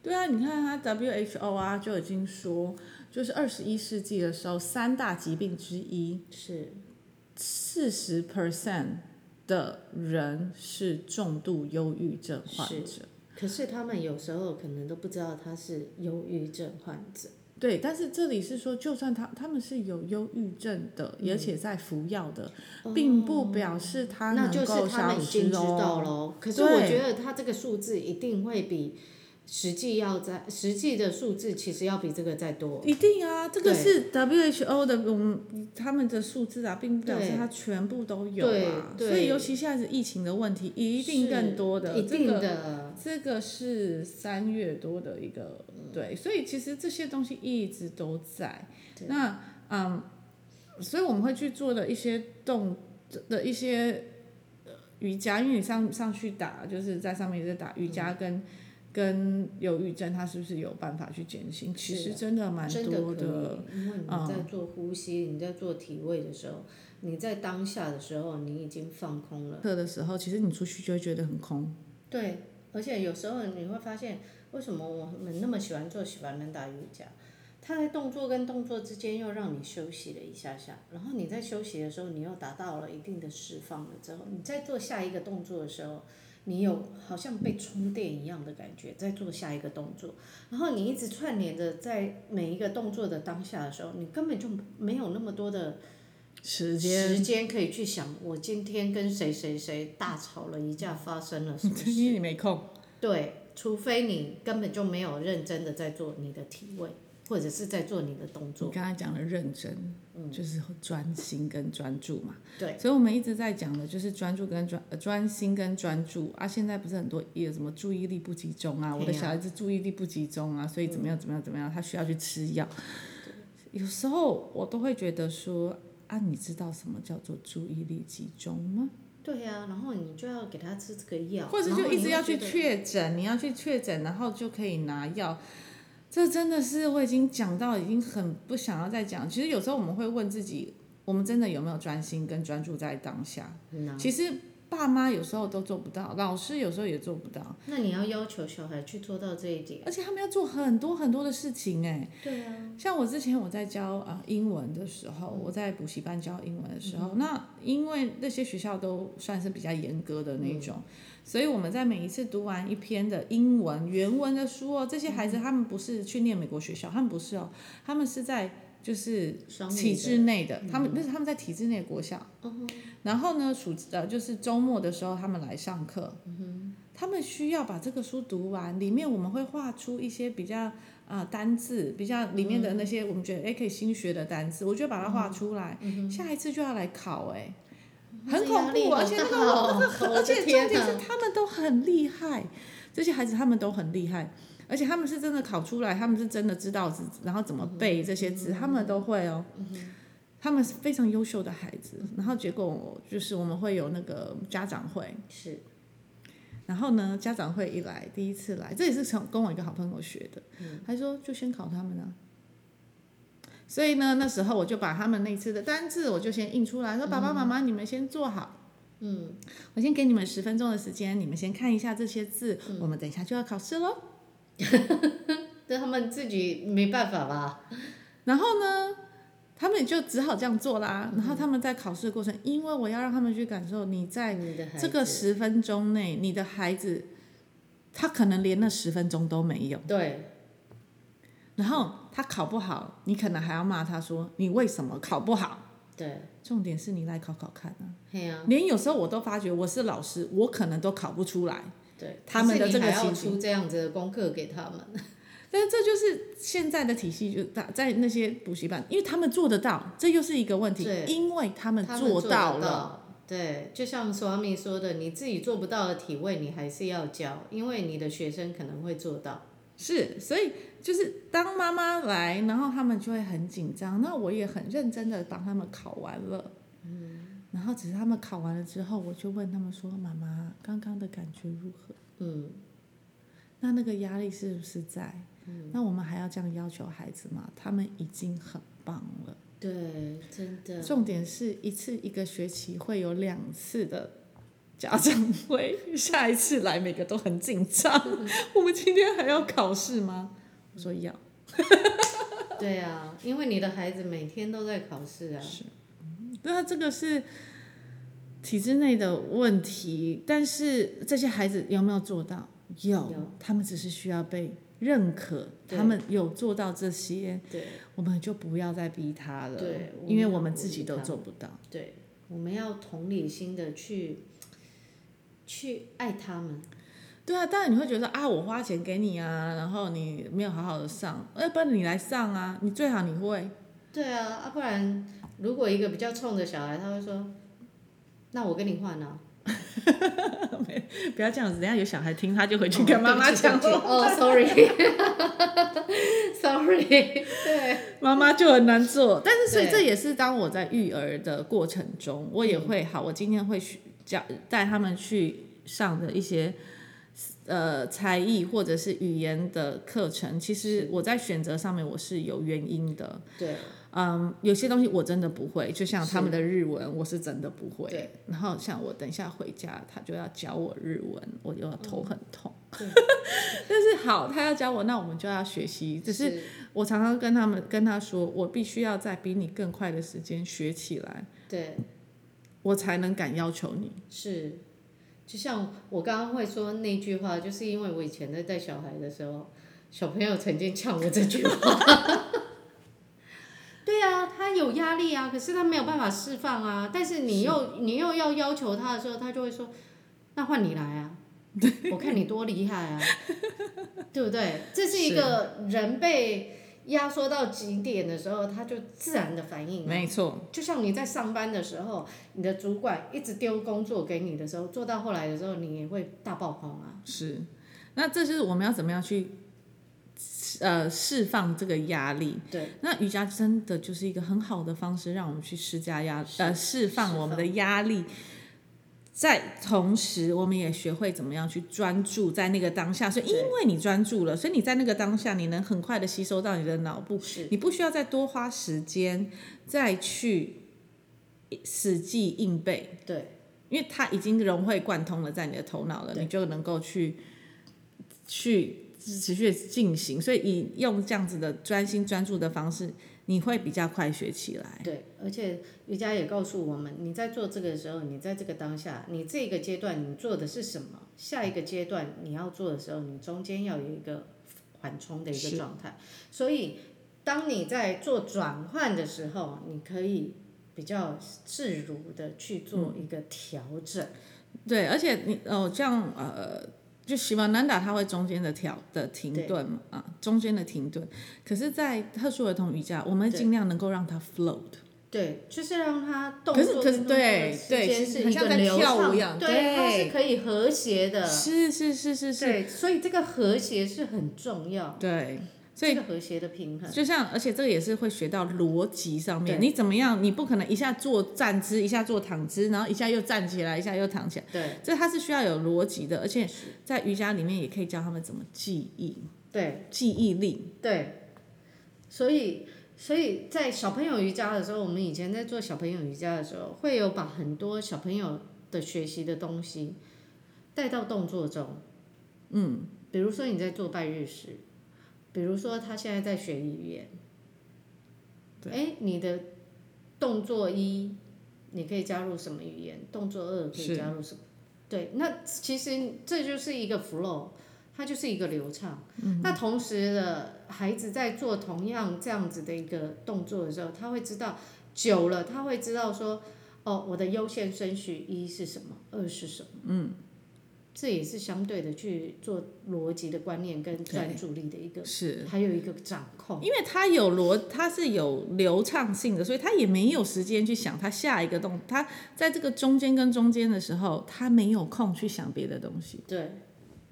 [SPEAKER 1] 对啊，你看他 WHO 啊就已经说，就是二十一世纪的时候，三大疾病之一
[SPEAKER 2] 是
[SPEAKER 1] 四十 percent 的人是重度忧郁症患者。
[SPEAKER 2] 可是他们有时候可能都不知道他是忧郁症患者，
[SPEAKER 1] 对，但是这里是说，就算他他们是有忧郁症的，而
[SPEAKER 2] 嗯
[SPEAKER 1] 且在服药的，并不表示他
[SPEAKER 2] 哦那就
[SPEAKER 1] 能够
[SPEAKER 2] 是他
[SPEAKER 1] 消
[SPEAKER 2] 们已经
[SPEAKER 1] 失
[SPEAKER 2] 知道
[SPEAKER 1] 哦。
[SPEAKER 2] 了。可是我觉得他这个数字一定会比实际要在实际的数字其实要比这个再多。
[SPEAKER 1] 一定啊，这个
[SPEAKER 2] 对
[SPEAKER 1] 是 WHO 的，我们他们的数字啊，并不表示
[SPEAKER 2] 对
[SPEAKER 1] 他全部都有啊。
[SPEAKER 2] 对对
[SPEAKER 1] 所以，尤其现在是疫情的问题，一定更多的，
[SPEAKER 2] 一
[SPEAKER 1] 这
[SPEAKER 2] 定
[SPEAKER 1] 个
[SPEAKER 2] 的，
[SPEAKER 1] 这个是三月多的一个
[SPEAKER 2] 嗯
[SPEAKER 1] 对，所以其实这些东西一直都在。那嗯，所以我们会去做的一些动的一些呃瑜伽，因为你上上去打，就是在上面也在打瑜
[SPEAKER 2] 嗯
[SPEAKER 1] 伽跟、跟忧郁症，它是不是有办法去减轻？其
[SPEAKER 2] 是
[SPEAKER 1] 实
[SPEAKER 2] 的
[SPEAKER 1] 真的嗯蛮
[SPEAKER 2] 真的
[SPEAKER 1] 多
[SPEAKER 2] 可以，因为你在做呼吸，你在做体位的时候，你在当下的时候，你已经放空了。
[SPEAKER 1] 课的时候，其实你出去就会觉得很空。
[SPEAKER 2] 对，而且有时候你会发现，为什么我们那么喜欢做喜欢能打瑜伽？它在动作跟动作之间又让你休息了一下下，然后你在休息的时候，你又达到了一定的释放了之后，你在做下一个动作的时候，你有好像被充电一样的感觉，在做下一个动作，然后你一直串联着在每一个动作的当下的时候，你根本就没有那么多的
[SPEAKER 1] 时间，
[SPEAKER 2] 可以去想，我今天跟谁谁谁大吵了一架，发生了什
[SPEAKER 1] <laughs>
[SPEAKER 2] 么事
[SPEAKER 1] <laughs> 因为你没空。
[SPEAKER 2] 对，除非你根本就没有认真的在做你的体位。或者是在做你的动
[SPEAKER 1] 你
[SPEAKER 2] 作。嗯
[SPEAKER 1] 刚才讲的认真，就是专心跟专注嘛。
[SPEAKER 2] 对，
[SPEAKER 1] 所以我们一直在讲的就是专注跟专呃专心跟专注啊。现在不是很多也有什么注意力不集中啊，
[SPEAKER 2] 嘿呀嗯
[SPEAKER 1] 我的小孩子注意力不集中啊，所以怎么样怎么样怎么样，他需要去吃药。有时候我都会觉得说啊，你知道什么叫做注意力集中吗？
[SPEAKER 2] 对呀、然后你就要给他吃这个药，
[SPEAKER 1] 或者
[SPEAKER 2] 然
[SPEAKER 1] 就
[SPEAKER 2] 后
[SPEAKER 1] 一直
[SPEAKER 2] 你
[SPEAKER 1] 要
[SPEAKER 2] 会
[SPEAKER 1] 去
[SPEAKER 2] 觉得
[SPEAKER 1] 确诊，你要去确诊，然后就可以拿药。这真的是我已经讲到已经很不想要再讲。其实有时候我们会问自己，我们真的有没有专心跟专注在当下？
[SPEAKER 2] 嗯啊
[SPEAKER 1] 其实爸妈有时候都做不到，老师有时候也做不到，
[SPEAKER 2] 那你要要求小孩去做到这一点。
[SPEAKER 1] 而且他们要做很多很多的事情哎、
[SPEAKER 2] 对啊，
[SPEAKER 1] 像我之前我在教啊、呃英文的时候，我在补习班教英文的时候，那因为那些学校都算是比较严格的那种，所以我们在每一次读完一篇的英文原文的书哦，这些孩子他们不是去念美国学校，他们不是哦，他们是在就是
[SPEAKER 2] 双
[SPEAKER 1] 体
[SPEAKER 2] 语
[SPEAKER 1] 制
[SPEAKER 2] 的，嗯
[SPEAKER 1] 内的，他们不是他们在体制内的国校。然后呢，暑呃就是周末的时候他们来上课，
[SPEAKER 2] 嗯
[SPEAKER 1] 他们需要把这个书读完，里面我们会画出一些比较啊、呃单字，比较里面的那些我们觉得哎可以新学的单字，我就把它
[SPEAKER 2] 嗯
[SPEAKER 1] 画出来，下一次就要来考哎、很
[SPEAKER 2] 这压
[SPEAKER 1] 恐
[SPEAKER 2] 力
[SPEAKER 1] 怖，
[SPEAKER 2] 好
[SPEAKER 1] 而且那个
[SPEAKER 2] 大哦
[SPEAKER 1] 我那个，而
[SPEAKER 2] 我的
[SPEAKER 1] 且重
[SPEAKER 2] 天
[SPEAKER 1] 点是
[SPEAKER 2] 哪
[SPEAKER 1] 他们都很厉害，这些孩子他们都很厉害，而且他们是真的考出来，他们是真的知道字，然后怎么背这些字，他们都会哦。他们是非常优秀的孩子，然后结果就是我们会有那个家长会，
[SPEAKER 2] 是
[SPEAKER 1] 然后呢，家长会一来，第一次来，这也是从跟我一个好朋友学的，
[SPEAKER 2] 嗯
[SPEAKER 1] 他说就先考他们啊。所以呢，那时候我就把他们那次的单字，我就先印出来，
[SPEAKER 2] 嗯
[SPEAKER 1] 说爸爸妈妈你们先做好，嗯，我先给你们十分钟的时间，你们先看一下这些字，
[SPEAKER 2] 嗯
[SPEAKER 1] 我们等一下就要考试喽。
[SPEAKER 2] 但他们自己没办法吧？
[SPEAKER 1] 然后呢，他们也就只好这样做啦。
[SPEAKER 2] 嗯
[SPEAKER 1] 然后他们在考试的过程，因为我要让他们去感受你在
[SPEAKER 2] 你的孩子
[SPEAKER 1] 这个十分钟内，你的孩子他可能连那十分钟都没有。
[SPEAKER 2] 对，
[SPEAKER 1] 然后他考不好，你可能还要骂他说你为什么考不好？
[SPEAKER 2] 对，
[SPEAKER 1] 重点是你来考考看啊！
[SPEAKER 2] 嘿呀、
[SPEAKER 1] 连有时候我都发觉我是老师，我可能都考不出来。
[SPEAKER 2] 对，
[SPEAKER 1] 他们的
[SPEAKER 2] 可是你
[SPEAKER 1] 这个
[SPEAKER 2] 还要
[SPEAKER 1] 情形
[SPEAKER 2] 出这样子的功课给他们，
[SPEAKER 1] 但是这就是现在的体系，就打在那些补习班，因为他们做得到，这又是一个问题
[SPEAKER 2] 对，
[SPEAKER 1] 因为他们
[SPEAKER 2] 他
[SPEAKER 1] 做
[SPEAKER 2] 得
[SPEAKER 1] 到了。
[SPEAKER 2] 对，就像索阿米说的，你自己做不到的体位，你还是要教，因为你的学生可能会做到。
[SPEAKER 1] 是，所以就是当妈妈来，然后他们就会很紧张。那我也很认真的帮他们考完了，嗯，然后只是他们考完了之后，我就问他们说：“妈妈，刚刚的感觉如何？”
[SPEAKER 2] 嗯，
[SPEAKER 1] 那那个压力是不是在？
[SPEAKER 2] 嗯
[SPEAKER 1] 那我们还要这样要求孩子吗？他们已经很棒了。
[SPEAKER 2] 对，真的， <laughs>
[SPEAKER 1] 重点是一次一个学期会有两次的家长会， <laughs> 下一次来每个都很紧张。
[SPEAKER 2] <laughs>
[SPEAKER 1] 我们今天还要考试吗？我说要。
[SPEAKER 2] 对啊，因为你的孩子每天都在考试啊，
[SPEAKER 1] 那这个是体制内的问题，但是这些孩子有没有做到？有，
[SPEAKER 2] 有
[SPEAKER 1] 他们只是需要被认可，
[SPEAKER 2] 对
[SPEAKER 1] 他们有做到这些，
[SPEAKER 2] 对
[SPEAKER 1] 我们就不要再逼他了，
[SPEAKER 2] 对
[SPEAKER 1] 因为
[SPEAKER 2] 我
[SPEAKER 1] 我
[SPEAKER 2] 们
[SPEAKER 1] 们
[SPEAKER 2] 要鼓
[SPEAKER 1] 自己
[SPEAKER 2] 励
[SPEAKER 1] 都
[SPEAKER 2] 他
[SPEAKER 1] 做不到。
[SPEAKER 2] 对，我们要同理心的去去爱他们，
[SPEAKER 1] 对啊，当然你会觉得啊，我花钱给你啊，然后你没有好好的上，要哎不然你来上啊，你最好你会，
[SPEAKER 2] 对啊，啊不然如果一个比较冲的小孩，他会说，那我跟你换啊，
[SPEAKER 1] 不要这样子，等一下有小孩听他就回去跟妈妈讲
[SPEAKER 2] 哦
[SPEAKER 1] 了，
[SPEAKER 2] 对不 <laughs> 起对不起哦，sorry，sorry， <laughs>
[SPEAKER 1] 妈妈就很难做。但是所以
[SPEAKER 2] 对
[SPEAKER 1] 这也是当我在育儿的过程中，我也会好，我今天会去教带他们去上的一些。呃，才艺或者是语言的课程，其实我在选择上面我是有原因的。
[SPEAKER 2] 对
[SPEAKER 1] 嗯，有些东西我真的不会，就像
[SPEAKER 2] 是
[SPEAKER 1] 他们的日文，我是真的不会
[SPEAKER 2] 对。
[SPEAKER 1] 然后像我等一下回家，他就要教我日文，我就要头很痛。
[SPEAKER 2] 对
[SPEAKER 1] <laughs> 但是好，他要教我，那我们就要学习。只是我常常跟他们跟他说，我必须要在比你更快的时间学起来，
[SPEAKER 2] 对
[SPEAKER 1] 我才能敢要求你。
[SPEAKER 2] 是，就像我刚刚会说那句话，就是因为我以前在带小孩的时候，小朋友曾经呛我这句话。 <laughs> 对啊，他有压力啊，可是他没有办法释放啊。但是你又你又要要求他的时候，他就会说：“那换你来啊，我看你多厉害啊，对不对？”这是一
[SPEAKER 1] 是
[SPEAKER 2] 个人被压缩到极点的时候，他就自然的反应。
[SPEAKER 1] 没错，
[SPEAKER 2] 就像你在上班的时候，你的主管一直丢工作给你的时候，做到后来的时候，你也会大爆棚啊。
[SPEAKER 1] 是。那这就是我们要怎么样去呃释放这个压力。
[SPEAKER 2] 对，
[SPEAKER 1] 那瑜伽真的就是一个很好的方式，让我们去施加压
[SPEAKER 2] 是
[SPEAKER 1] 呃释放我们的压力。在同时，我们也学会怎么样去专注在那个当下。所以，因
[SPEAKER 2] 对
[SPEAKER 1] 为你专注了，所以你在那个当下，你能很快的吸收到你的脑部，
[SPEAKER 2] 是
[SPEAKER 1] 你不需要再多花时间再去死记硬背，
[SPEAKER 2] 对，
[SPEAKER 1] 因为它已经融会贯通了在你的头脑了，
[SPEAKER 2] 对
[SPEAKER 1] 你就能够去去持续地进行。所以以用这样子的专心专注的方式，你会比较快学起来。
[SPEAKER 2] 对，而且瑜伽也告诉我们，你在做这个的时候，你在这个当下，你这个阶段你做的是什么，下一个阶段你要做的时候，你中间要有一个缓冲的一
[SPEAKER 1] 是
[SPEAKER 2] 个状态。所以，当你在做转换的时候，你可以比较自如的去做一个调整。
[SPEAKER 1] 对，而且你哦，这样呃，就喜马南达它会中间的调的停顿嘛啊，中间的停顿。可是，在特殊儿童瑜伽，我们
[SPEAKER 2] 对
[SPEAKER 1] 尽量能够让它 float。
[SPEAKER 2] 对，就是让它动
[SPEAKER 1] 可是
[SPEAKER 2] 作跟
[SPEAKER 1] 可是
[SPEAKER 2] 动作
[SPEAKER 1] 对
[SPEAKER 2] 的时
[SPEAKER 1] 对
[SPEAKER 2] 间
[SPEAKER 1] 是
[SPEAKER 2] 是
[SPEAKER 1] 很
[SPEAKER 2] 一
[SPEAKER 1] 像
[SPEAKER 2] 个
[SPEAKER 1] 在
[SPEAKER 2] 流
[SPEAKER 1] 跳舞
[SPEAKER 2] 畅
[SPEAKER 1] 一样
[SPEAKER 2] 对，它
[SPEAKER 1] 对
[SPEAKER 2] 是可以和谐的。
[SPEAKER 1] 是是是是是，
[SPEAKER 2] 对，所以这个和谐是很重要，
[SPEAKER 1] 对，所以
[SPEAKER 2] 这个和谐的平衡。
[SPEAKER 1] 就像，而且这个也是会学到逻辑上面，
[SPEAKER 2] 对
[SPEAKER 1] 你怎么样？你不可能一下做站姿，一下做躺姿，然后一下又站起来，一下又躺起来。
[SPEAKER 2] 对
[SPEAKER 1] 这它是需要有逻辑的，而且在瑜伽里面也可以教他们怎么记忆、
[SPEAKER 2] 对
[SPEAKER 1] 记忆力。
[SPEAKER 2] 对，所以所以在小朋友瑜伽的时候，我们以前在做小朋友瑜伽的时候，会有把很多小朋友的学习的东西带到动作中。嗯，比如说你在做拜日式，比如说他现在在学语言，
[SPEAKER 1] 对
[SPEAKER 2] 哎，你的动作一，你可以加入什么语言？动作二可以
[SPEAKER 1] 是
[SPEAKER 2] 加入什么？对，那其实这就是一个 flow，它就是一个流畅。嗯、那同时的孩子在做同样这样子的一个动作的时候，他会知道久了，他会知道说，哦，我的优先顺序一是什么，二是什么。嗯，这也是相对的去做逻辑的观念跟
[SPEAKER 1] 对
[SPEAKER 2] 专注力的一个，
[SPEAKER 1] 是，
[SPEAKER 2] 还有一个掌控。
[SPEAKER 1] 因为它有逻，它是有流畅性的，所以他也没有时间去想他下一个动。他在这个中间跟中间的时候，他没有空去想别的东西。
[SPEAKER 2] 对，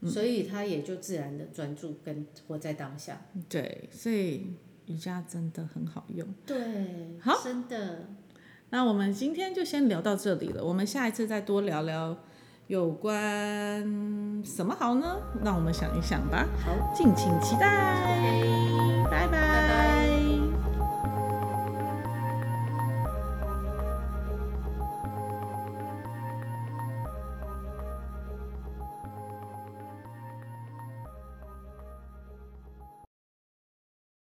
[SPEAKER 2] 所以他也就自然的专注跟活在当下。
[SPEAKER 1] 对，所以瑜伽真的很好用。
[SPEAKER 2] 对，
[SPEAKER 1] 好
[SPEAKER 2] 真的，
[SPEAKER 1] 那我们今天就先聊到这里了，我们下一次再多聊聊有关什么好呢？让我们想一想吧，
[SPEAKER 2] 好，
[SPEAKER 1] 敬请期待，
[SPEAKER 2] 拜
[SPEAKER 1] 拜拜。
[SPEAKER 2] 拜。